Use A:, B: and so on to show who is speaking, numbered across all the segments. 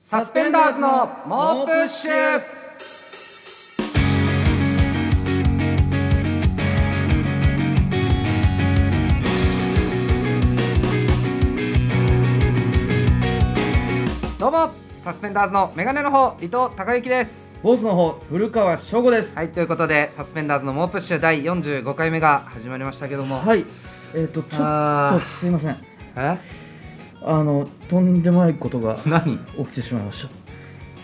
A: サスペンダーズの猛プッシュどうもサスペンダーズのメガネの方伊藤孝之です
B: 坊主の方古川翔吾です
A: はいということでサスペンダーズの猛プッシュ第45回目が始まりましたけども、
B: はいえっ、とち
A: あ
B: ょ
A: ー
B: っとすいません
A: え
B: あのとんでもないことが
A: 何
B: 起きてしまいました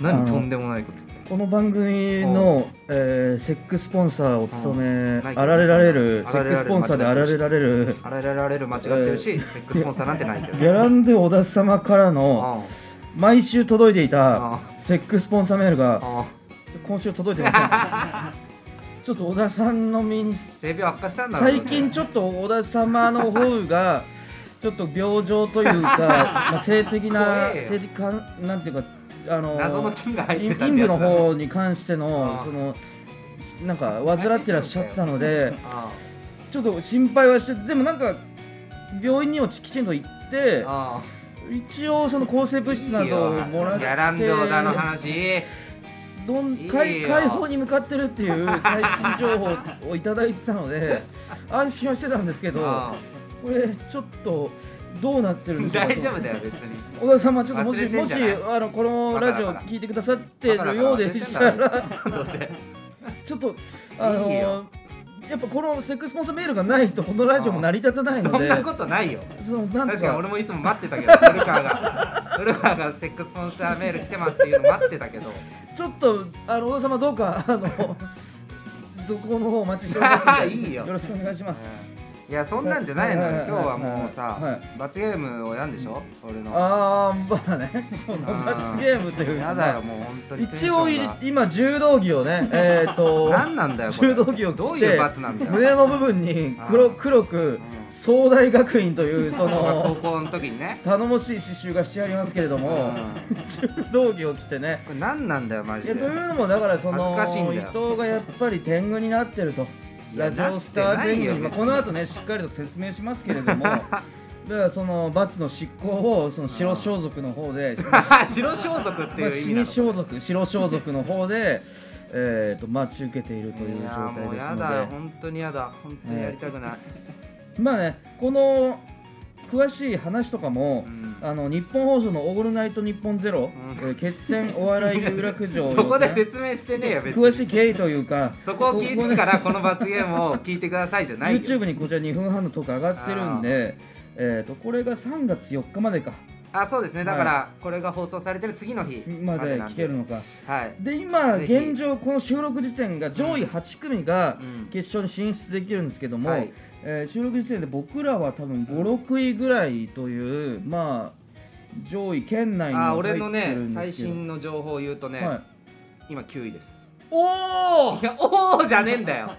B: あ
A: 何
B: の
A: とんでもないことって
B: この番組の、えーセックスポンサーを
A: う
B: 務
A: んない
B: め
A: けど
B: あられられる
A: あ
B: セ
A: られられ
B: ック
A: る
B: スポンサーであられられる
A: あられられる間違ってるし、セックスポンサーなんてないけど
B: ギャランで小田様からの
A: うん
B: 毎週届いていた
A: う
B: セックスポンサーメールが
A: うん
B: 今週届いてま せんちょっと小田さんの身に
A: 性病悪化したんだろう
B: 最近ちょっと小田様の方がちょっと病状というか、 まあ、性的な
A: 怖えよ
B: 性的かんなんていうかあの
A: 謎の菌が入
B: イ
A: って
B: ン
A: た
B: 陰
A: や
B: 部
A: つだ
B: の
A: ね
B: 方に関して
A: ああ
B: のそのなんか患ってらっしゃったので
A: あ
B: ちょっと心配はしててでもなんか病院にもきちんと行って
A: あ
B: 一応その抗生物質などをもらって
A: やらんでおだの話
B: どん
A: いいよ
B: 解解放に向かってるっていう最新情報をいただいてた ので安心はしてたんですけど。
A: あ
B: これちょっとどうなってるん
A: あ
B: ですか
A: 大丈夫だよ別に
B: 小田様ちょっとも
A: 忘
B: し
A: れてん
B: もし
A: じゃない
B: あのこのラジオ
A: バカだから
B: 聞いてくださってるようでした
A: バ
B: ら
A: どうせ
B: ちょっとあの
A: いいよ
B: やっぱこのセックスポンサーメールがないとこのラジオも成り立たないの
A: そん
B: で
A: なことないよ
B: そうなんと
A: 確かに俺
B: か
A: もいつも待ってたけど 古川が古川がセックスポンサーメール来てますっていうの待ってたけど
B: ちょっとあの小田様どうか あの続報の方お待ちしておりますので
A: いいよ
B: ろしくお願いします
A: いやそんなんじゃないのよ今日はもう
B: は
A: さ
B: い
A: 罰ゲームをやんでしょ俺の
B: あーまあねその罰ゲームというか
A: やだよもう本当にテンシ
B: 一
A: ョンが
B: 応今柔道着をねえっと
A: 何なんだよこれ
B: 柔道着を着て
A: どういう罰なんだよ
B: 胸の部分に黒
A: あー
B: 黒く
A: うん
B: 総大学院という
A: 高
B: その
A: 校の時にね
B: 頼もしい刺繍がしてありますけれど
A: う
B: も
A: ん
B: 柔道着を着てね
A: これ何なんだよマ
B: い
A: ジ
B: や
A: で
B: というのもだからその伊
A: 恥ずかしいんだよ
B: 藤がやっぱり天狗になってると
A: いや
B: ラジオスター
A: なって
B: 天狗
A: ないよ
B: にまあこの後ねしっかりと説明しますけれ どもだからその罰の執行をその白装束の方 で
A: 白装束って
B: ま
A: い
B: あ、
A: う意
B: 死
A: 味
B: に
A: な
B: 装束、白装束の方で、えーと待ち受けているとい
A: の
B: う状
A: やも
B: 態
A: う
B: です
A: や
B: ので、
A: だよ本当にやだ本当にやりたくない、
B: まあね、この詳しい話とかも、
A: うん
B: あの日本放送の「オールナイトニッポンゼロ、
A: ん
B: えー決戦お 笑い有楽町予選
A: そこで説明してねえよ別に
B: 詳しい経緯というか、
A: そこを聞いてからこの罰ゲームを聞いてくださいじゃないよ
B: YouTube にこちら2分半のトーク上がってるんで、えー、とこれが3月4日までか、
A: あそうですねだからこれが放送されてる次の日
B: まで
A: なん
B: 聞けるのか。
A: はい
B: で今
A: ぜひ
B: 現状この収録時点が上位8組が
A: うん
B: 決勝に進出できるんですけども、
A: はい
B: えー収録時点で僕らは多分56位ぐらいという、まあ上位圏内に
A: あ
B: は
A: 俺
B: 入
A: の
B: って
A: ね
B: るんで
A: 最
B: すけど
A: 新の情報を言うとね、
B: はい、
A: 今9位です
B: お
A: いやおおじゃねえんだよ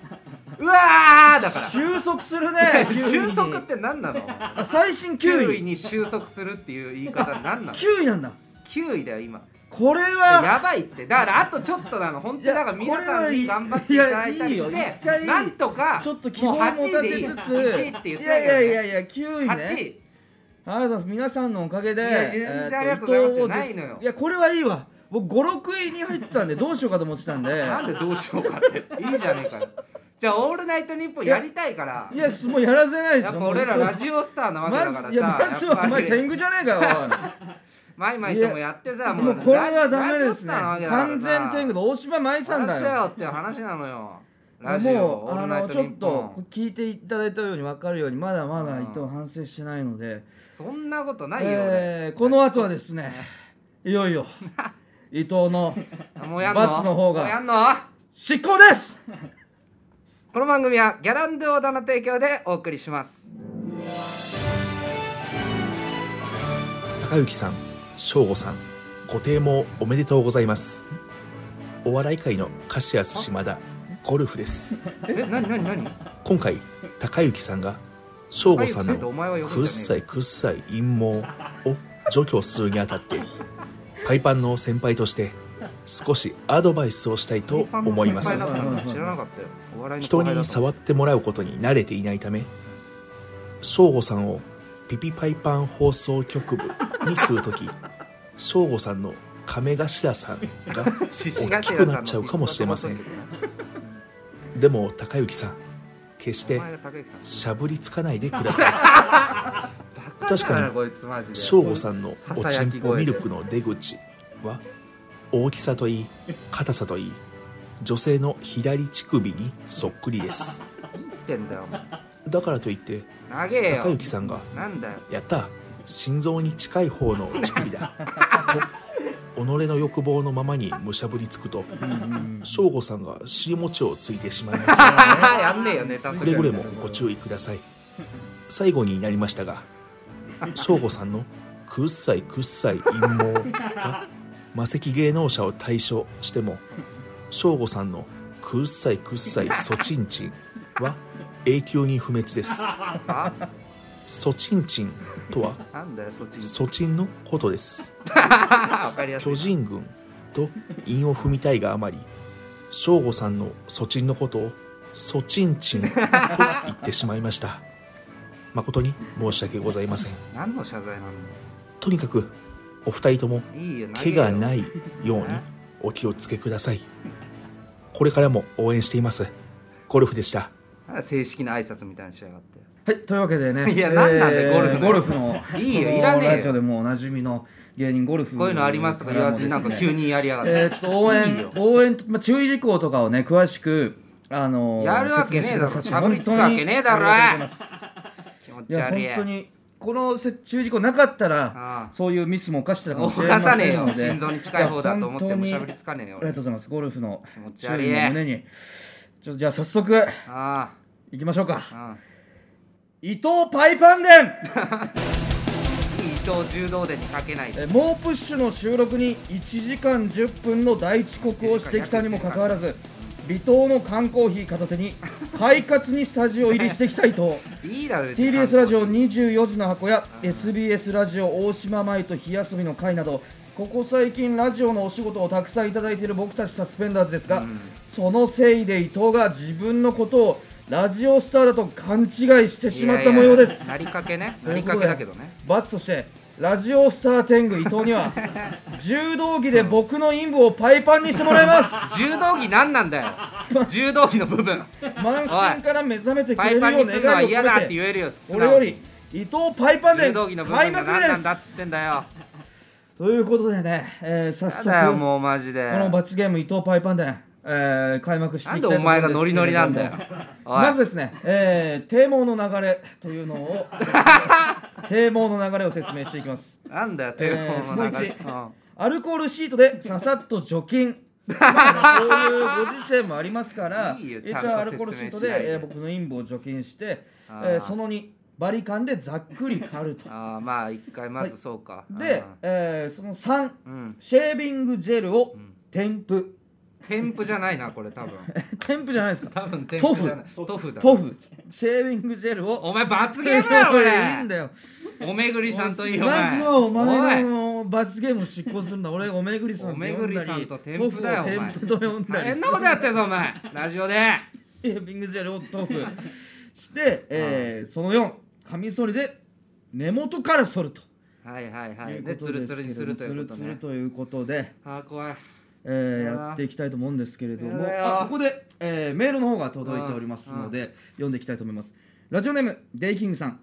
A: うわーだから
B: お収束する ね
A: 収束っ
B: 9位に
A: て何なの
B: あ最新
A: 9
B: 9
A: 位
B: 位
A: に収束するっていう言い方何なの
B: 9位なんだ
A: 9位だよ今
B: これは
A: やばいってだからあとちょっとなの本当にだから
B: いや
A: 皆さんに
B: これは
A: 頑張っていただいたりし
B: いやいいよ
A: て
B: 一回
A: なんとか
B: ちょっと希
A: も
B: 望
A: う
B: を持
A: 8
B: た
A: 位でいい
B: せつつ
A: 1位って言っ
B: い
A: た
B: や
A: け
B: い
A: ど、
B: や
A: ね、
B: いやいや9位
A: 8
B: ね
A: 位
B: ありがとうございます皆さんのおかげで
A: いや全然
B: えーと
A: ありがとうございます
B: 伊藤を
A: じゃないのよ
B: いやこれはいいわ僕56位に入ってたんでどうしようかと思ってたんで
A: なんでどうしようかっていいじゃねえかよじゃあ「オールナイトニッポン」やりたいから
B: いやもうやらせないです
A: や
B: よ
A: っぱ俺らラジオスターなわけだから
B: ま
A: さ、
B: ずいやまずはお前天狗じゃねえか
A: マイマイともやってさ
B: よもうこれはダ
A: ラ
B: メですね
A: ジオスターなわけだからさ
B: 完全天狗の大島麻衣さんだ
A: 話しよ
B: よ
A: うっていう話なのよラジオ
B: も
A: オ
B: う
A: ー
B: あ
A: ルナイ
B: の
A: ト
B: ちょ
A: ニ
B: っ
A: ッポ
B: と
A: ン
B: 聞いていただいたように分かるようにまだまだ
A: うん
B: 伊藤反省してないので、
A: そんなことないよ、
B: えーこの後はですねいよいよ伊藤の
A: 俺もうやんの
B: 罰の方が
A: もうやんの
B: 執行です
A: この番組はギャランドゥオダの提供でお送りします
C: 高之さん翔吾さんご提問おめでとうございますお笑い界のカシアス島田ゴルフです
A: え何何何
C: 今回高之さんが翔吾さ
A: 高之
C: ん
A: さんとお前は呼
C: の「
A: ぶんじゃねえ
C: くっさいくっさい陰謀」を除去するにあたってパイパンの先輩として少しアドバイスをしたいと思います
A: 先輩だったんだ知らなかったよお笑いの後
C: 人
A: 輩だと思
C: に
A: う
C: 触ってもらうことに慣れていないため省吾さんをピピパイパン放送局部にするとき省吾さんの亀頭さんが
A: 志
C: 大きくなっちゃうかもしれませんでも高之さん決し
A: お
C: て
A: 前が高之さん
C: しゃぶりつかないでください
A: バカだ
C: 確か
A: な
C: に
A: こいつマジで
C: 省吾さんのおちんぽミルクの出口は大きさといい硬さといい女性の左乳首にそっくりです
A: 言ってんだよお前
C: だからといって
A: 長え
C: 高
A: よ
C: 之さんが
A: なんだよ
C: 「やった心臓に近い方の乳首だ」と己の欲望のままにむしゃぶりつくと省吾さんが尻餅をついてしまいます
A: やんねえよネタの
C: く
A: 時
C: れ
A: は
C: ぐれもご注意ください最後になりましたが省吾さんの「くっさいくっさい陰謀」が魔石芸能者を対象しても省吾さんの「くっさいくっさいそちんちん」は永久に不滅です
A: あ
C: そちんちんとは
A: なんだよそっちに
C: そちんのことです
A: わかりやすい
C: 巨人軍と韻を踏みたいがあまり省吾さんのそちんのことをそちんちんと言ってしまいました誠に申し訳ございません
A: 何の謝罪なん
C: とにかくお二人とも
A: だよいいよ
C: 怪我ないいようにお気をつけくださいこれからも応援していますゴルフでした
A: 正式な挨拶みたいにしやがって
B: はい、というわけでね、
A: いやなんなんだよゴルフの
B: ゴルフの、
A: いいよ
B: この
A: いらねえよ
B: ラジオでもうおなじみの芸人ゴルフ
A: こういうのありますとか言わずになんか急にやりやがって、
B: えー、ちょっと応
A: いい
B: 援
A: よ、
B: 応援、まあ、注意事項とかをね、詳しく、あのー
A: やるわけねえだろ
B: 説
A: し
B: 明
A: ゃぶりつくわけねえだろ
B: 本当にありがとうございます
A: 気持
B: い
A: ち
B: や、
A: 悪い
B: 本当に、このせ注意事項なかったら、
A: あ
B: そういうミスも犯して
A: あ
B: たかもしれ
A: 動
B: ま
A: か
B: せ
A: さ
B: ん
A: ねえよ
B: ので、
A: 心臓に近い方だと思っ
B: い
A: て
B: や本当
A: も
B: に
A: しゃぶりつかねえよ
B: ありが
A: 俺
B: とうございます、ゴルフの
A: 気持ち
B: 注
A: 悪い
B: 意の胸に、ちょっとじゃあ、早速、
A: あ
B: いきましょうか。
A: あ、うん、
B: 伊藤パイパンデン
A: 伊藤柔道でにかけない
B: えー猛プッシュの収録に1時間10分の大遅刻をしてきたにもかかわらず離島の缶コーヒー片手に快活にスタジオ入りしてきた 伊藤
A: いいだろ別に
B: TBS ラジオ24時の箱や SBS ラジオ大島舞と火遊びの会などここ最近ラジオのお仕事をたくさんいただいている僕たちサスペンダーズですが、
A: うん
B: そのせいで伊藤が自分のことをラジオスターだと勘違いしてしまった模様です
A: いやいやなりかけね
B: と
A: ないり
B: うこと
A: か
B: で
A: けだけどね
B: 罰としてラジオスター天狗伊藤 には柔道着で僕の陰部をパイパンにしても らいます
A: 柔道着何なんだ よ柔道着の部分
B: 満身から目覚めてく
A: パ
B: れる
A: イ
B: よ
A: パ
B: う
A: ンにするのは
B: 願いを
A: 嫌だっ
B: 込
A: て
B: め
A: 言
B: て
A: えるよ素
B: 俺
A: 直
B: よ
A: に
B: り伊藤パイパンで
A: 柔道着の部
B: 開
A: 分が
B: 幕
A: 何
B: で
A: なんだっつ
B: す
A: ってんだよ
B: ということでね、えー早
A: やだよ
B: 速
A: もうマジで
B: この罰ゲーム伊藤パイパンで、えー開幕してい
A: なん
B: きたいと
A: で
B: 思
A: お
B: い
A: 前
B: ます
A: がノリノリなんだよおい
B: まずですね、えー、堤防の流れというのを 堤防の流れを説明していきます
A: なんだよテレフォンの中
B: え
A: で
B: ーアルコールシートでささっと 除菌まあねこういうご時世もありますから
A: いいよ
B: 一
A: ちゃんと
B: 応アルコールシート
A: 説明しない
B: で、
A: で
B: えー僕の陰部を除菌して、え
A: あー
B: ーその2バリカンでざっくり刈ると
A: ああまあ一回まずそうか、
B: で、えーその3
A: うんうん
B: シェービングジェルを
A: うん
B: 添付
A: 添付じゃないなこれ多分
B: 添付じゃないです か
A: 多分添付じゃないトフだ
B: 塗布シェービングジェルを
A: お前罰ゲームだろこ
B: いいん
A: れ
B: だよ
A: おめぐりさんといいよお前
B: まずはお前の罰ゲームを執行するんだ俺おめぐりさんと呼んだり
A: おめぐりさんと添付だよお前
B: 塗布を添付と呼ん
A: おい
B: だ
A: 大
B: り
A: 変なことやってるぞお前ラジオで
B: テーピングジェルを塗布して、えーその4カミソリで根元から剃ると
A: はいはいはいいうでツ
B: こと
A: ル
B: で
A: ツ
B: す
A: ル
B: け
A: に
B: れ
A: す
B: ど
A: る
B: も
A: と
B: ツ
A: いうこと
B: ルツル
A: ね
B: ということで、
A: あー怖い
B: えー
A: やだ
B: やっていきたいと思うんですけれども
A: やだよ
B: あここで、えーメールの方が届いておりますので読んでいきたいと思いますラジオネームデイキングさん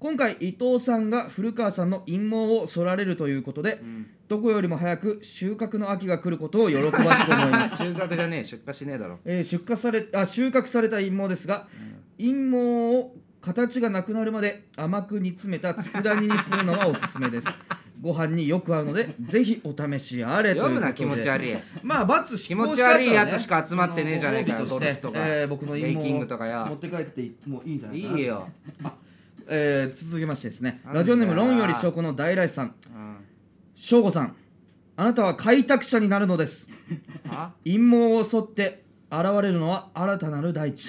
B: 今回伊藤さんが古川さんの陰謀を剃られるということで
A: うん
B: どこよりも早く収穫の秋が来ることを喜ばしく思います
A: 収穫じゃねえ出荷しねえだろ
B: えー出荷されあ収穫された陰謀ですが、陰謀を形がなくなるまで甘く煮詰めた佃煮にするのがおすすめ ですご飯によく合うのでぜひお試しあれということ
A: 読
B: で
A: むな気持ち悪い
B: まあ罰執
A: 気
B: 行
A: 持
B: し
A: ち
B: た後は
A: 悪
B: ね
A: いやつしか集まってねえじゃねえかよド
B: ご褒美
A: ル
B: とし
A: フ
B: て
A: とか、
B: えー僕の
A: ベ
B: 陰
A: ー
B: 謀
A: キング
B: を
A: とかや
B: 持って帰ってもういいんじゃないいかない
A: よ、
B: えー続きましてですね
A: なんだよ
B: ラジオネーム論より証拠の大来さん
A: うん、
B: 省吾さんあなたは開拓者になるのです
A: あ
B: 陰謀を襲って現れるのは新たなる大地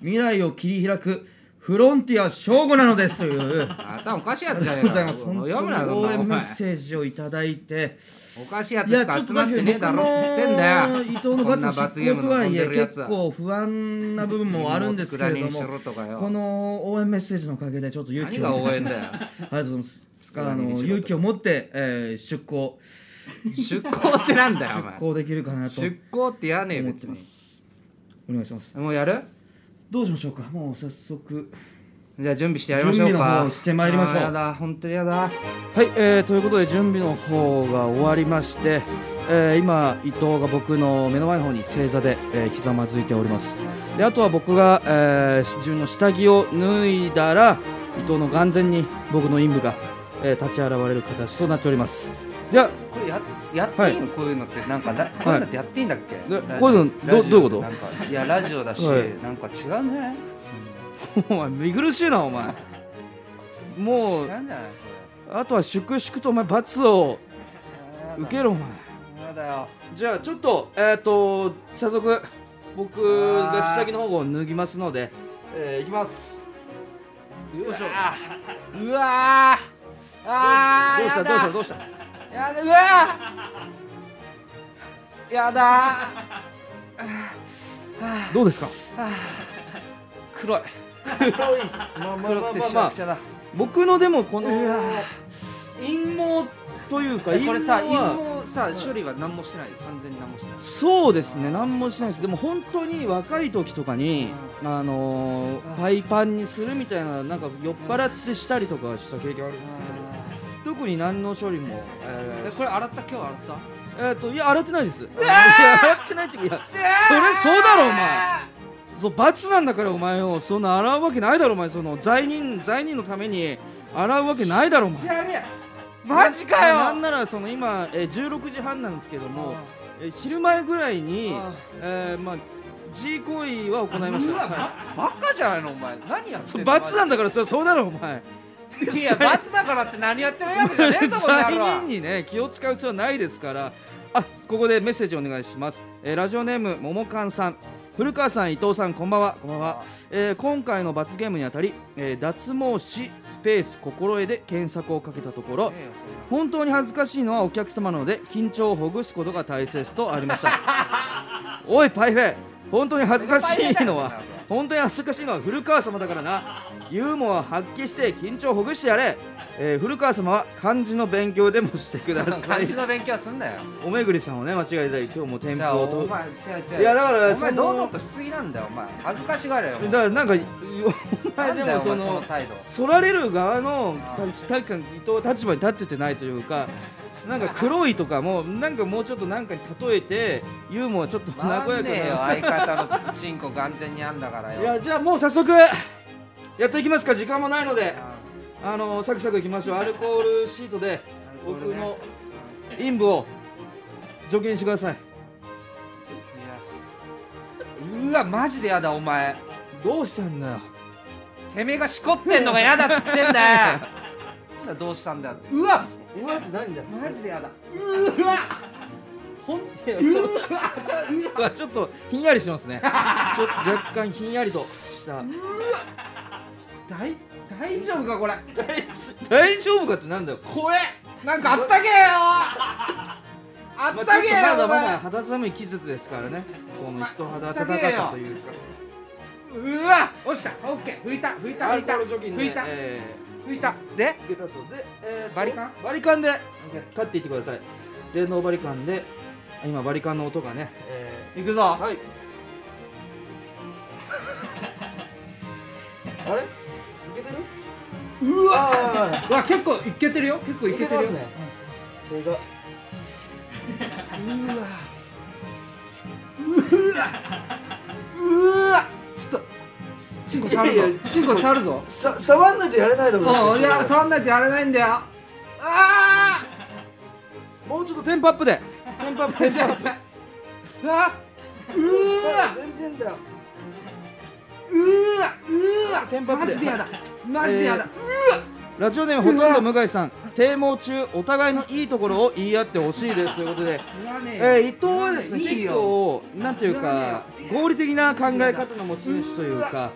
B: 未来を切り開くフロンティア正吾なのですというあ
A: 頭おかしいや
B: り
A: つじ
B: が
A: ゃねえか
B: とうございます本
A: 読むな
B: 当に
A: そん
B: 応
A: なお
B: 援メ
A: 前
B: ッセージをいただいて
A: おかしいやつ
B: い
A: し
B: や
A: か
B: ちょっ
A: 集
B: と
A: まっ
B: 確か
A: て
B: に
A: ねえ
B: 僕
A: だろっつってん
B: の
A: だ
B: 伊
A: よ
B: 藤の
A: こんな
B: 罰執
A: 罰ゲー
B: 行
A: ム
B: と
A: の
B: は
A: 飛
B: い
A: んで
B: え
A: るやつ
B: 結
A: は
B: 構不安な部分もあるんですけれど
A: もう
B: も
A: 佃煮にしろとかよ
B: この応援メッセージのおかげでちょっと勇気
A: 何
B: を
A: が応
B: もらい
A: 援
B: まし
A: だ
B: た
A: よ
B: ありがとうございます。
A: 何
B: あ
A: にしろ
B: の
A: と
B: 勇気を持って、えー出向
A: 出向ってなんだよお
D: 出
A: 前
D: 向できるかなと
A: 出向ってやんねえよ
D: 思っ
A: 別
D: てま
A: に
D: すお願いします
A: もうやる
D: どうしましょうかもう早速
A: じゃあ準備してやりましょうか
D: 準備の方をしてまいりましょう
A: あーやだ本当にやだ
B: はい、えーということで準備の方が終わりまして、えー今伊藤が僕の目の前の方に正座で、えーひざまずいておりますであとは僕が、えー自分の下着を脱いだら伊藤の眼前に僕の陰部が、えー立ち現れる形となっておりますでは
A: これややっていいの、こういうのってなんかラこういうのってやっていいんだっけ、
B: で
A: ラジオ
B: こういうのど
A: ラジオ
B: どういうこと
A: なんかいやラジオだし、
B: はい
A: なんか違うね
B: お前見苦しいなお前も
A: 違
B: う
A: うんじゃない
B: あとは粛々とお前罰を
A: これ
B: 受けろお前
A: やだよ
B: じゃあちょっとえっ、と早速僕が下着の方を脱ぎますので、えー、いきますよいしょ
A: うわーあー
B: どうし
A: や
B: たどうし
A: だ
B: たどうした
A: やだうわーやだ
B: どうですか
A: 黒い黒くてシワくちゃだ、
B: 僕のでもこの
A: うわ
B: 陰謀というか
A: えこれさ陰
B: 陰謀は
A: 謀さ処理は何もしてない完全に何もしてない
B: そうですね何もしないですでも本当に若い時とかにあのーパイパンにするみたいななんか酔っ払ってしたりとかした経験あるんですけど特に何の処理も、え
A: え
B: ー
A: これ洗った今日洗った
B: えっ、といや洗ってないです。いや 洗ってないっていやそれそうだろお前。そう罰なんだからお前をそんな洗うわけないだろお前その罪人罪人のために洗うわけないだろお前。
A: マジかよ
B: なんならその今、えー、16時半なんですけども、えー昼前ぐらいに
A: ああ
B: えー、まあ G 行為は行いまし
A: うわ
B: た。
A: バカじゃないのお前何やって
B: そ
A: ん
B: う
A: の
B: 罰なんだからそれそうだろお前。
A: いや罰だからって何やってもいいわけじゃねえぞこの 野郎
B: 罪人にね気を使う必要はないですからあここでメッセージお願いします、えーラジオネームももかんさん古川さん伊藤さんこんばんはこんばんは、えー今回の罰ゲームにあたり、えー脱毛師スペース心得で検索をかけたところ
A: ねえよそんな
B: 本当に恥ずかしいのはお客様なので緊張をほぐすことが大切とありました おいパイフェ本当に恥ずかしいの は本当に恥ずかしいのは古川様だからなユーモアを発揮して緊張をほぐしてやれ、えー古川様は漢字の勉強でもしてくださ
A: 漢
B: い
A: 字の勉強はすんなよ
B: おめぐりさんをね間違えたり今日も添
A: じ
B: 付
A: ゃあ
B: を
A: お
B: と
A: 前違う違う
B: いやだから
A: お前
B: その
A: 堂々としすぎなんだよお前恥ずかしがれよお前
B: だからなんかお
A: な
B: 前
A: ん
B: で
A: だよ
B: も
A: お
B: そ
A: 前その
B: の
A: 態度
B: そられる側の立ち立伊藤立場に立っててないというかなんか黒いとかもなんかもうちょっとなんかに例えてユーモアちょっと和
A: なん
B: や
A: でよ
B: か
A: 相方のチンコ完全にあんだから
B: な
A: よ
B: いやじゃあもう早速やっていきますか時間もないのであのサクサクいきま しょうアルコールシートで僕
A: いや
B: の陰部を除菌してくださいう
A: わマジでやだお前
B: どうしたんだよ
A: てめえがしこってんのがやだっつってんだよなんだどうしたんだよってうわ
B: うわって何だよ
A: マジでやだうわ
B: ほん
A: うわちょうわ
B: うわちょっとひんやりします ねちょっと若干ひんやりとした
A: 大大丈夫かこれ
B: 大丈夫かってなんだよ
A: これなんかあったけえよあ
B: ま
A: っ
B: あ、ちょ
A: た
B: っ
A: け
B: と
A: え
B: ま
A: よ
B: だ
A: お
B: ま
A: 前
B: だ肌寒い季節ですからねその人肌暖かさというか
A: うわおっしゃオッケー拭いた拭いた
B: ア
A: 拭
B: ル
A: い
B: コ
A: た
B: ール除菌で
A: 拭いた
B: え
A: 拭いたで
B: ー受けたとで、えーと
A: バリカン
B: バリカンで
A: オッケー
B: 立っていってください電動バリカンで今バリカンの音がね、え
A: 行くぞ
B: ーはい あれいけてる
A: う
B: あ
A: わうわ結構いけてるよ結構いけてるよ
B: これが
A: うわちょっとチンコ触るぞ
B: いやいや
A: チンコ触るぞ
B: さ触んないとやれないだ
A: うんいや触んないとやれないんだよあ
B: もうちょっとテンポアップでテンポアッ プテンポアップ
A: ーあうわ
B: 全然だよ
A: うわうわ
B: テンパって
A: マジでやだマジでやだ、
B: ラジオネームほとんど向井さん堤防中お互いのいいところを言い合ってほしいですということで、
A: うわね
B: えー伊藤はですね結構なんていうか合理的な考え方の持ち主というか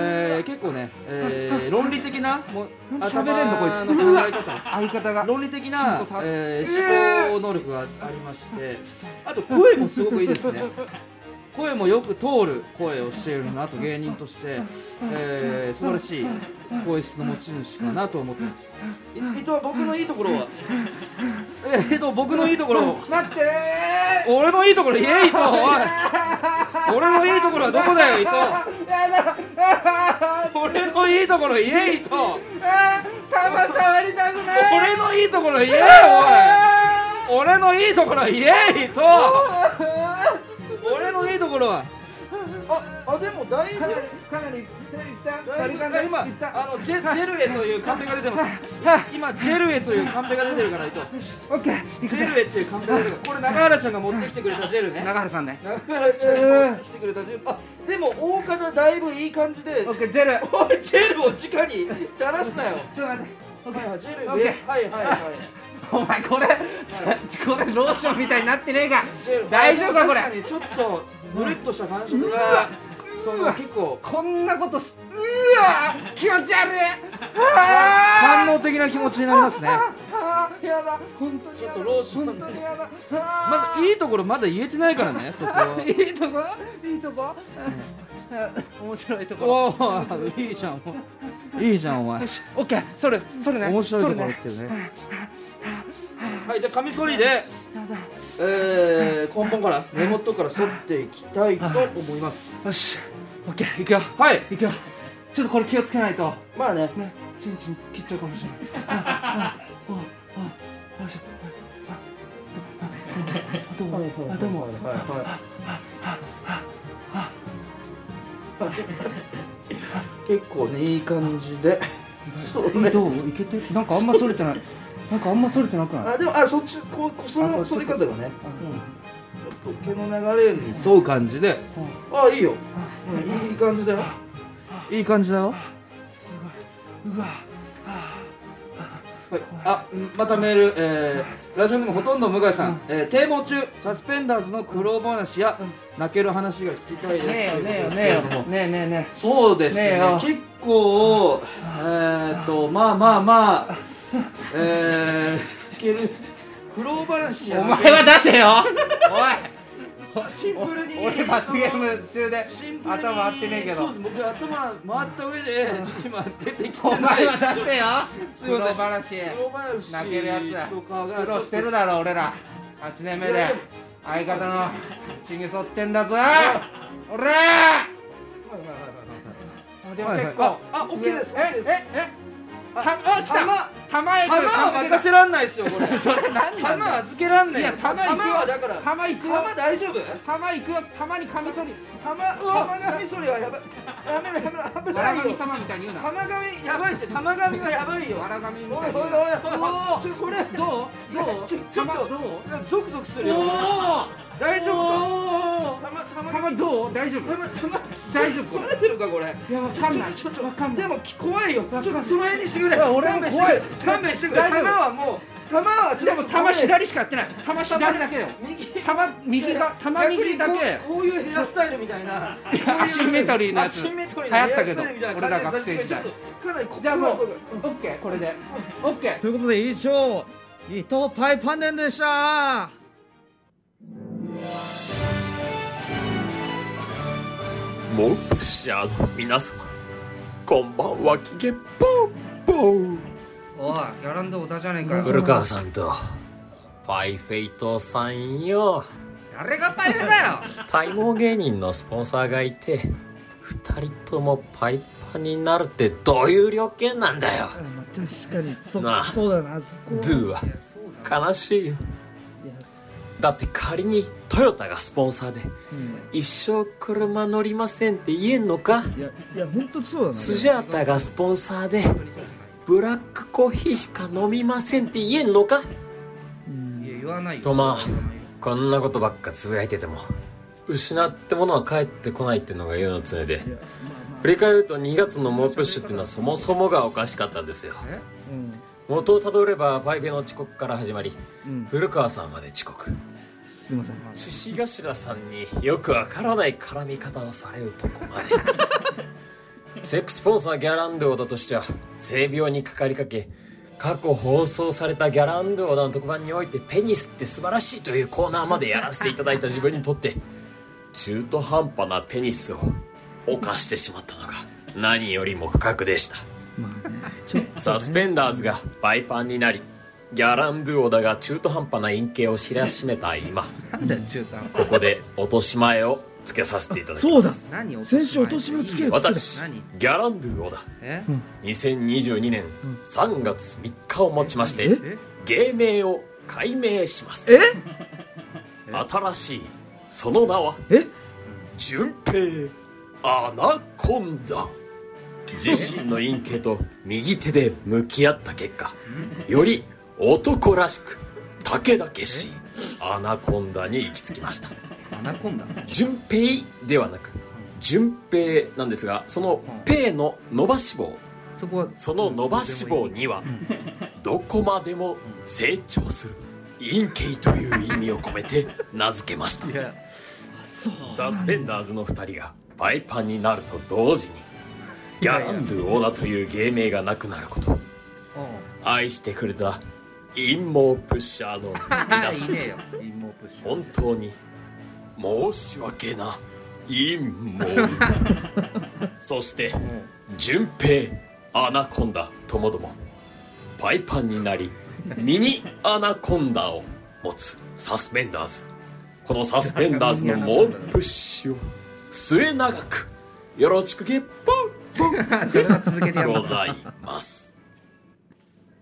B: えー結構ね、えー論理的なも
A: 喋れんのこいつ
B: 頭の考え方
A: 相方が
B: 論理的
A: チン
B: な
A: コ、触っ
B: えー思考能力がありましてあと声もすごくいいですね声もよく通る声をしているのなと芸人として、えー、素晴らしい声質の持ち主かなと思ってますい伊藤僕のいいところはえー、伊藤僕のいいところ
A: 待ってね
B: 俺のいいところ言え伊藤おい俺のいいところはどこだよ伊藤
A: ーやだあ
B: 俺のいいところ言え伊藤
A: ーあー玉触りたくない
B: 俺のいいところ言えよ
A: あ
B: おい俺のいいところ言え伊藤俺のいいところはああでもだい
A: ー
B: ぶ
A: かなりかなりいった
B: だいぶ
A: い
B: 今
A: った
B: あのジェジェルエというカンペが出てます今ジェルエというカンペが出てるから伊藤
A: オッケーい
B: ジ
A: く
B: ェ
A: ぜ
B: ルエっていうカンペが出てるからこれ中原ちゃんが持ってきてくれたジェルね
A: 長原さんね
B: 中原ちゃんが持ってきてくれたジェルあでも大方だいぶいい感じで
A: オッケージェル
B: おいジェルを直に垂らすなよ
A: ちょっと待って
B: はいはいジェルで
A: オッ
B: はい
A: ケー
B: はいはい
A: お前これこれローションみたいになってねえか
B: ジェル
A: 大丈夫かこれ
B: 確にちょっとぬるっとした感触がその結構
A: こんなことしうわー気持ち悪いあ
B: 反応的な気持ちになりますね
A: ーあーやだ本当に
B: ちょ
A: や
B: っ
A: だ
B: とローション
A: 本当にやだ
B: ま
A: あ
B: だいいところまだ言えてないからねそこは
A: ーいいとこいいとこあー面白いとこ
B: おおいいじゃんもういいじゃんお前
A: よしオッケーそれそれね
B: 面白いとこ
A: それ
B: 入っ
A: ね
B: てるねはいじゃあカミソリでえー、根本から根元から剃っていきたいと思います
A: よしオッケーいくよ
B: はい
A: いくよちょっとこれ気をつけないと
B: まあね
A: ねチンチン切っちゃうかもしれないああああよいしょあどうもあどうも
B: はいは結構ねいい感じでそうね
A: どういけてるなんかあんまそれ てないなんかあんまそれてなくない
B: あでもあそっちこうこうそ
A: あこ
B: の
A: うち
B: 剃
A: ょっ
B: り
A: と
B: 方がね
A: う
B: ちょっと毛の流れに沿う感じであいいようんいい感じだよいい感じだよ
A: んすごいうわ
B: はい、あんまたメール、えー、ラジオネームほとんど向井さん、えー、堤防中サスペンダーズの苦労話や泣ける話が聞きたいです
A: ねえよ
B: と
A: ねえ
B: いう
A: よ
B: こ
A: ねえよ
B: とですけれども
A: ねえねえね
B: そうですね
A: ねえよ
B: 結構えー、っとまあまあまあえ ー、泣ける苦労話
A: え
B: や
A: お前は出せよ
B: シンプルに
A: おい俺罰ゲーム中で
B: シンプルに
A: 頭合ってねえけ
B: そう
A: ど
B: です僕頭回った上でちょっと今出てきてない
A: お前は出せよ
B: すいま
A: 苦
B: せん
A: 労話
B: 苦労話
A: 泣けるや
B: とかが
A: 苦労してるだろ俺ら8年目で相方のチンゲ剃ってんだぞ俺でも結構、
B: ああ OK です
A: え
B: OK です
A: ええ
B: あ
A: たあ来た
B: 玉
A: 玉へ来
B: 弾
A: る
B: は
A: 完璧だ
B: 任せらんないですよこ れ
A: それ何なんだ
B: 弾
A: よ
B: 預けらんない
A: い
B: よ
A: や弾行くよ
B: はだから弾
A: 玉行くよ
B: 大丈夫
A: 玉行くよ玉にカミソリ
B: 弾弾がみそれはやばいやめろやめろ危
A: わ
B: ない
A: ら神
B: よ
A: 様みたいに言うな
B: 玉神やばいって玉神がやばいよ
A: わら神み
B: おい
A: たいに
B: おいお
A: 言う
B: い
A: な
B: お
A: おー
B: いちょこれ
A: どうどう
B: ちょちょっ
A: 玉
B: と
A: どう
B: ゾクゾクす
A: お
B: るよ
A: ー
B: 大丈
A: お
B: 夫か玉
A: ー
B: 玉
A: 玉
B: 神
A: どう大丈夫
B: 玉玉
A: 大丈夫
B: それてるかこれ
A: いやわかんない
B: ちょちょちょ
A: わかんない
B: でもき怖いよちょ
A: か
B: っ
A: んない
B: とその辺にしてくれ
A: いや俺も
B: 勘弁して
A: 怖い
B: くれ勘弁してくれ
A: 大丈夫
B: 玉はもう玉はち
A: で
B: ょっと
A: も玉左しかやってない玉左だけよ
B: 右
A: 玉右が玉右だけ
B: こうこういうヘアスタイルみた いなこういう
A: アシンメトリーなやつ
B: アシンメトリ
A: 流
B: ーな
A: 行っ
B: ヘア
A: たけ
B: ス
A: ど
B: タイルみたいな
A: 俺ら学生時代
B: ちょっとかなりこ
A: じゃあもう
B: こが
A: オッケーこれでオッケー
E: ということで以上伊藤パイパンデンでした
F: モンプシャーの皆様こんばんは機嫌ぽんぽん
A: おいやらんで小田じゃねえかよ
F: 古川さんとパイフェイトさんよ
A: 誰がパイフェだよ
F: 体毛芸人のスポンサーがいて二人ともパイパンになるってどういう条件なんだよ
E: 確かにそ
F: なあ
E: そうだなそ
F: ドゥは悲しいよだって仮にトヨタがスポンサーで一生車乗りませんって言えんのか
E: いやいや本当そうだな
F: スジャータがスポンサーでブラックコーヒーしか飲みませんって言えんの
A: い
F: か
A: や言わないよ
F: とまあこんなことばっかつぶやいてても失ってものは返ってこないってのが世の常で振り返ると2月の猛プッシュっていうのはそもそもがおかしかったんですよ
A: え
F: 元をたどればパイベの遅刻から始まり、古川さんまで遅刻
E: すいません
F: 獅子頭さんによくわからない絡み方をされるとこまでセックスポンサーギャランドーダとしては性病にかかりかけ過去放送されたギャランドーダの特番においてペニスって素晴らしいというコーナーまでやらせていただいた自分にとって中途半端なペニスを犯してしまったのが何よりも不覚でしたサスペンダーズがバイパンになりギャランドゥオダが中途半端な陰形を知らしめた今
B: なんだよ中途半端
F: ここで落とし前をつけさせていただき
B: そ
F: ま
B: うだ
F: す
A: 何を
B: 先週落とし目をつける
F: 私
A: 何
F: ギャランドゥオダ
A: え
F: 2022年3月3日をもちまして
A: え
F: 芸名を改名します
B: え
F: 新しいその名は
B: え
F: 純平アナコンダ自身の陰茎と右手で向き合った結果より男らしく武田けしいアナコンダに行き着きました
A: アナコンダ
F: 純平ではなく純平なんですがその「ペイ」の伸ばし棒
A: そこは
F: その伸ばし棒にはどこまでも成長する陰茎という意味を込めて名付けました
A: いや
F: サスペンダーズの2人がバイパンになると同時にギャランドゥオーダという芸名がなくなること愛してくれた陰謀プッシャーの皆
A: あ
F: さ
A: い
F: ん
A: ねえよ陰謀プッシュ
F: 本当に申し訳な陰謀そして純平アナコンダともどもパイパンになりミニアナコンダを持つサスペンダーズこのサスペンダーズの猛プッシュを末永くよろしくゲッポン
A: それは続けてや
F: ポン
A: ろ
F: ご
A: う
F: ざいます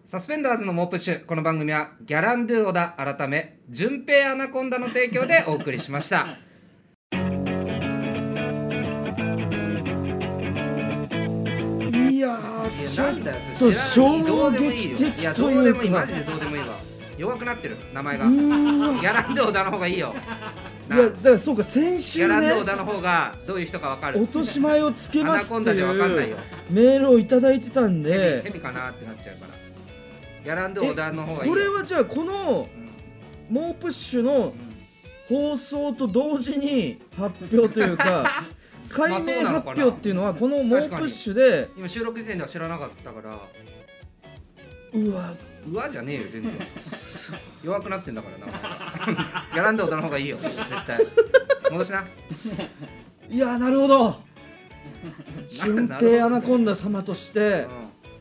A: サスペンダーズの猛プッシュこの番組はギャランドゥオダ改め順平アナコンダの提供でお送りしましたい
B: いやーち
A: や
B: ょ
A: な
B: っ
A: んだよそ
B: と
A: れ知らないど
B: 衝
A: うでもいい
B: 撃
A: よい
B: 的
A: や
B: と
A: どうでも
B: い
A: いいうマ
B: か
A: ジでどうでもいいわ弱くなってる名前が
B: うーわ
A: ギャランドーダの方がいいよ
B: い
A: な
B: やだ
A: あ
B: からそうか先
A: ギャ
B: 週
A: ラン
B: ね
A: ドーダの方がどういう人かわかる
B: 落とし前をつけま
A: ア
B: す
A: ナコン
B: って
A: ダじゃわかんない
B: い
A: よ
B: うメールをいただいてた
A: ヘ
B: んで
A: ビかなってなっちゃうからギャランドーダの方がいい
B: こ
A: よ
B: れはじゃあこの
A: うん
B: 猛プッシュ
A: う
B: の
A: ん
B: 放送と同時に発表というか解明発表っていうのはこの猛プッシュで
A: 今収録時点では知らなかったから
B: うわ
A: うわじゃねえよ全然 弱くなってんだからな お前らギャランドーダの方がいいよ絶対戻しない
B: やなるほ ど
A: な
B: 純
A: なるほど
B: 平アナコンダ様として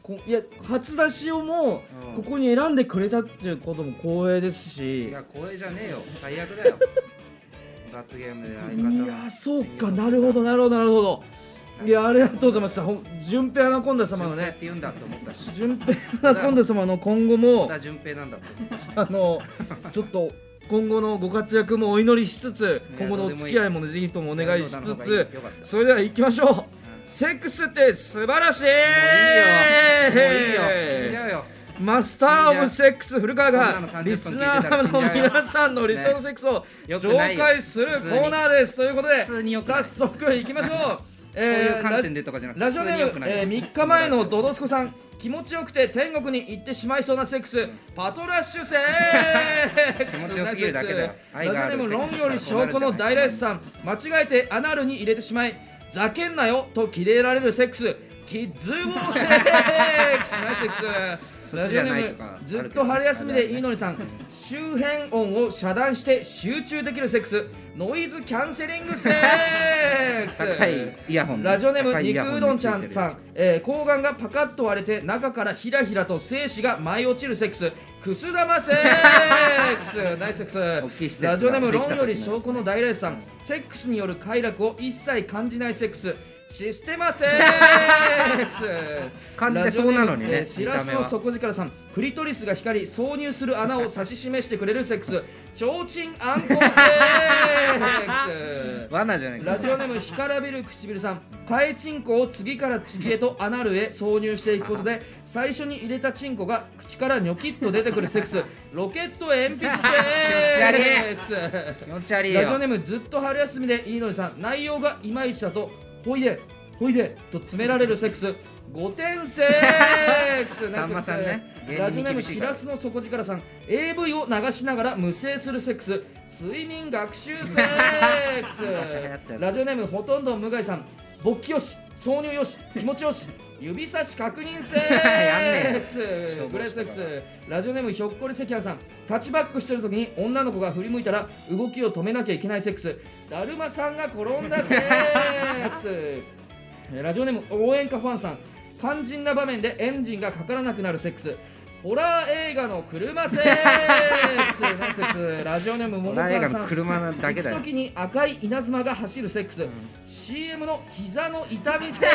B: こいや初出しをも
A: うん
B: ここに選んでくれたっていうことも光栄です
A: い
B: し
A: や光栄じゃねえよ最悪だよ罰ゲームで相方の
B: いやそうかなるほどなるほどなるほどいやありがとうございましたほん純平アナコンダ様
A: ま
B: の
A: のねっ
B: ね
A: て言うんだって思ったし
B: 純平アナコンダ様の今後も
A: だ順平なんだって思ったし
B: あのちょっと今後のご活躍もお祈りしつつ今後のお付き合いもねぜひともお願いしつつ
A: よかった
B: それでは行きましょうセックスって素晴らしい
A: もういいよ死んじゃうよ
B: マスター・オブ・セックス古川
A: こんな
B: が
A: の
B: リ
A: 30
B: ス
A: 分
B: ナーの皆さんの理想のセックスを
A: よくないよ
B: 紹介するコーナーですということ
A: 普通に
B: で
A: よくない
B: 早速行きましょう
A: そういう
B: えー
A: 観点でとかじゃなくて
B: ラジオネ
A: 普通に良
B: ー
A: く
B: ム、
A: ない
B: え3日前のドドスコさん気持ちよくて天国に行ってしまいそうなセックス、パトラッシュセックス
A: 気持ちよすぎるだけだよ
B: ラジオネーム
A: 愛があ
B: 論
A: る
B: より証拠の大列さん間違えてアナルに入れてしまいざけんなよとキレられるセックスキッズウォーセックスナイスセックス
A: そっ
B: ラ
A: ち
B: ジ
A: じ
B: オ
A: ゃ
B: ネ
A: ないと
B: ー
A: か
B: ムずっと春休みでいいのにさん周辺音を遮断して集中できるセックスノイズキャンセリングセックス
A: 高いイヤホン
B: ラジオネーム
A: 高いイヤホン
B: 肉うどんちゃんさん、えー、睾丸がパカッと割れて中からひらひらと精子が舞い落ちるセックスくす玉セックス ナイスセッ
A: 大きい
B: ク
A: 施
B: ス
A: 設が
B: ラジオネーム
A: でき
B: 論
A: た時の
B: より証拠の大霊さんセックスによる快楽を一切感じないセックスシステマセックス
A: 感じてそうなのにね
B: ラジオネームえーしらすの底力さんクリトリスが光り挿入する穴を指し示してくれるセックスちょうちんあんこセックス
A: 罠じゃないか
B: ラジオネーム干からびる唇さん替えチンコを次から次へとアナルへ挿入していくことで最初に入れたチンコが口からニョキッと出てくるセックスロケット鉛筆セックス
A: 気持ち悪いよ
B: ラジオネームずっと春休みでいいのにさん内容がいまいちだとほいでほいでと詰められるセックス5点セッ クス
A: さんまさんね芸人に厳しいから
B: ラジオネームしらすの底力さん AV を流しながら無声するセックス睡眠学習セッ
A: 昔
B: ク
A: 流行ったや
B: ス
A: つ
B: ラジオネームほとんど無害さん勃起よし挿入よし気持ちよし指差し確認 セ
A: やんね
B: ック
A: 消
B: ス
A: 防
B: ブレイスセック
A: 士だか
B: スラジオネームひょっこり赤飯さんタッチバックしてる時に女の子が振り向いたら動きを止めなきゃいけないセックスだるまさんが転んだセックスえーラジオネーム応援歌ファンさん肝心な場面でエンジンがかからなくなるセックスホラー映画の車セックスナイスセックスラジオネームももか
A: ラ映
B: わ
A: 画
B: さ
A: の
B: ん
A: 車だけだよ
B: 行く時に赤い稲妻が走るセックス、CM の膝の痛みセッ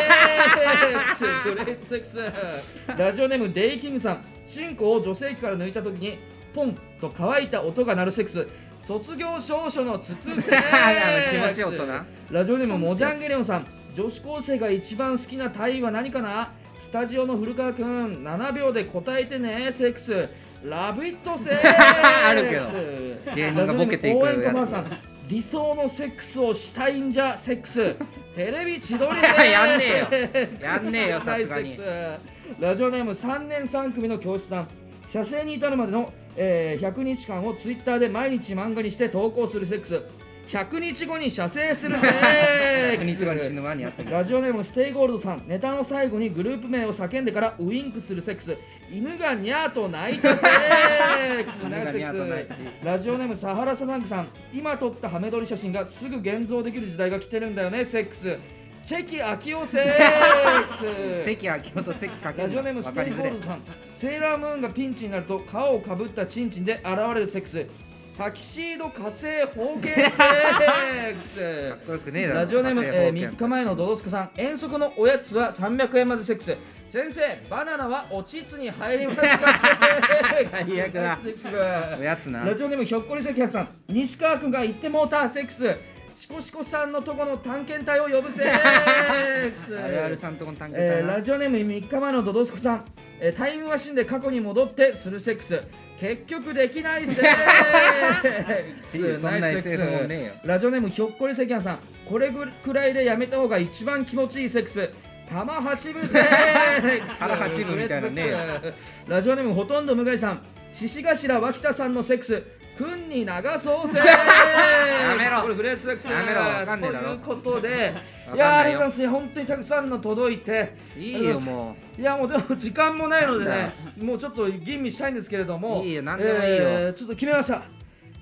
B: クス グレートセックスラジオネームデイキングさんチンコを女性器から抜いた時にポンと乾いた音が鳴るセックス卒業証書の筒 セックス
A: 気持ちいい音な
B: ラジオネームモジャンゲレオンさん女子高生が一番好きな体位は何かなスタジオの古川君7秒で答えてねセックスラブイットセックス
A: あるけど芸人がボケていくやつ
B: ラジオネーム応援歌さん理想のセックスをしたいんじゃセッ クステレビ千鳥
A: やんねえよやんねえよさすがに
B: ラジオネーム3年3組の教師さん写生に至るまでの、えー100日間をツイッターで毎日漫画にして投稿するセックス100日後に写生す るセックス
A: 100日後に死ぬ間にやってる
B: ラジオネームステイゴールドさんネタの最後にグループ名を叫んでからウインクするセックス犬がニャーと泣いたセックスナイ
A: 犬が
B: スセックス
A: ニャーと泣い
B: ラジオネームサハラサナンクさん今撮ったハメ撮り写真がすぐ現像できる時代が来てるんだよねセックスチェキ秋夫セックス
A: 関明夫と関かけ
B: ラジオネームステイホールドさんセーラームーンがピンチになると皮をかぶったチンチンで現れるセックスタキシード火星方形セックス
A: かっこよくねえだろ
B: ラジオネーム、
A: 火星
B: えー、
A: 冒険
B: 3日前のドドスコさん遠足のおやつは300円までセックス先生バナナはおちつに入りますか
A: 最悪だ
B: セックス
A: おやつな
B: ラジオネームひょっこり赤飯さん西川君が言ってもうたセックスシコシコさんのとこの探検隊を呼ぶセック ス
A: あるあるさんとこの探
B: え
A: 検
B: ー
A: 隊
B: ラ
A: な
B: ジオネーム3日前のドドスコさん、えータイムマシンで過去に戻ってするセックス結局できないセッ ク
A: いいよ
B: ス
A: そんな
B: ナイスセックス
A: SF もねえよ
B: ラジオネームひょっこりせきやんさんこれぐらいでやめた方が一番気持ちいいセックス玉八分セックス
A: 腹八分みたいなねえよ
B: ラジオネームほとんど向井さん獅子頭脇田さんのセックス君に流そうセックスや
A: めろ
B: これフレーズセックス
A: やめろわかんねえだろ
B: ということでい
A: わ
B: や
A: か
B: ー
A: んないよ
B: 皆さんすい本当にたくさんの届いて
A: いいよも
B: いやもうでも時間もないので ねもうちょっと吟味したいんですけれども
A: いいよ何でもいいよ
B: えーちょっと決めました、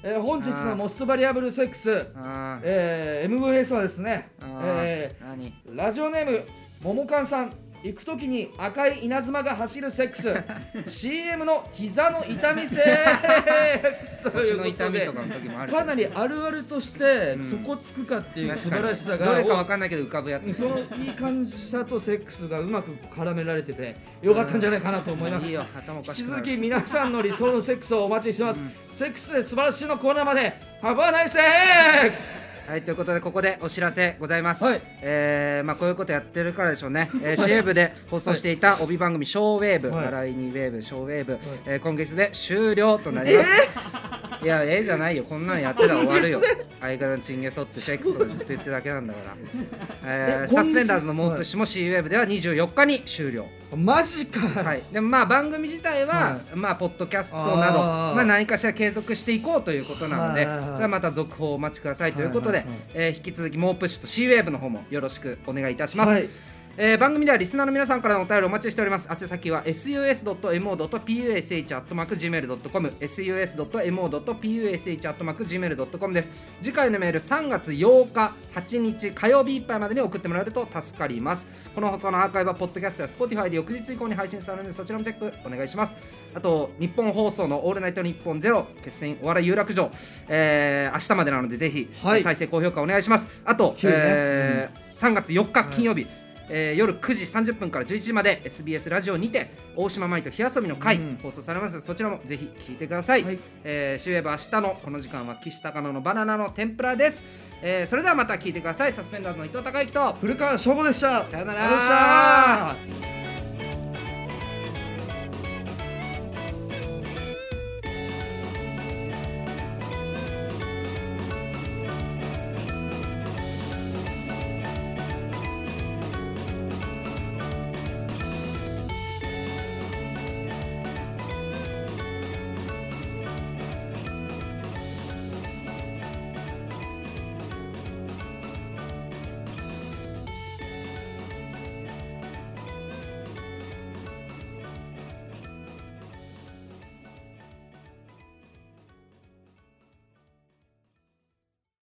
B: えー本日のモストバリアブルセックス
A: うあー
B: えー、MVS はですね、
A: あ
B: え
A: ー何
B: ーラジオネームももかんさん行くときに赤い稲妻が走るセックス CM の膝の痛みセックスとい
A: 腰
B: うこ
A: の
B: と
A: 痛み
B: で
A: とかの時もある
B: かなりあるあるとして
A: ん
B: そこつくかっていう
A: 確か
B: 素晴
A: に
B: らしさが
A: どれかわかんないけど浮かぶやつ
B: そのいい感じさとセックスがうまく絡められててよかったんじゃないかなと思います
A: いいよ頭お
B: 引
A: かし
B: き
A: くな
B: 続
A: る
B: き皆さんの理想のセックスをお待ちしてます、セックスで素晴らしいのコーナーまでハバーナイセックス
A: はいということでここでお知らせございます、
B: はい
A: えーまあ、こういうことやってるからでしょう ね、えー、CM で放送していた帯番組「ショーウェーブ」
B: はい
A: 笑いにウェーブ」「ショーウェーブ」えー今月で終了となります、いやええじゃないよこんなんやってたら終わる よ相方のチンゲソってシェイクスとずっと言ってるだけなんだから、えー
B: で今月
A: サスペンダーズの猛プッシュも C ウェーブでは24日に終了
B: マジか、
A: はい、でもまあ番組自体は、まあポッドキャストなど
B: あー
A: まあ何かしら継続していこうということなので、
B: はいはいはい
A: それはまた続報をお待ちくださいということで、
B: はいはいはい
A: えー引き続き猛プッシュと C ウェーブの方もよろしくお願いいたします。
B: はい
A: えー番組ではリスナーの皆さんからのお便りをお待ちしております宛先は sus.mo.push.gmail.com sus.mo.push.gmail.com です次回のメール3月8日8日火曜日いっぱいまでに送ってもらえると助かりますこの放送のアーカイブはポッドキャストや Spotify で翌日以降に配信されるのでそちらもチェックお願いしますあと日本放送の「オールナイトニッポンゼロ決戦お笑い有楽町、えー明日までなのでぜひ、
B: はい
A: 再生高評価お願いしますあと、
B: 急にね
A: えー3月4日金曜日、えー夜9時30分から11時まで SBS ラジオにて大島舞と火遊びの会、
B: うん
A: 放送されますのでそちらもぜひ聞いてください、
B: はい
A: えー、週明日のこの時間は岸高野のバナナの天ぷらです、えーそれではまた聞いてくださいサスペンダーズの伊藤孝之と
B: 古川翔吾でした
A: さよな
B: ありがとうございました
A: ら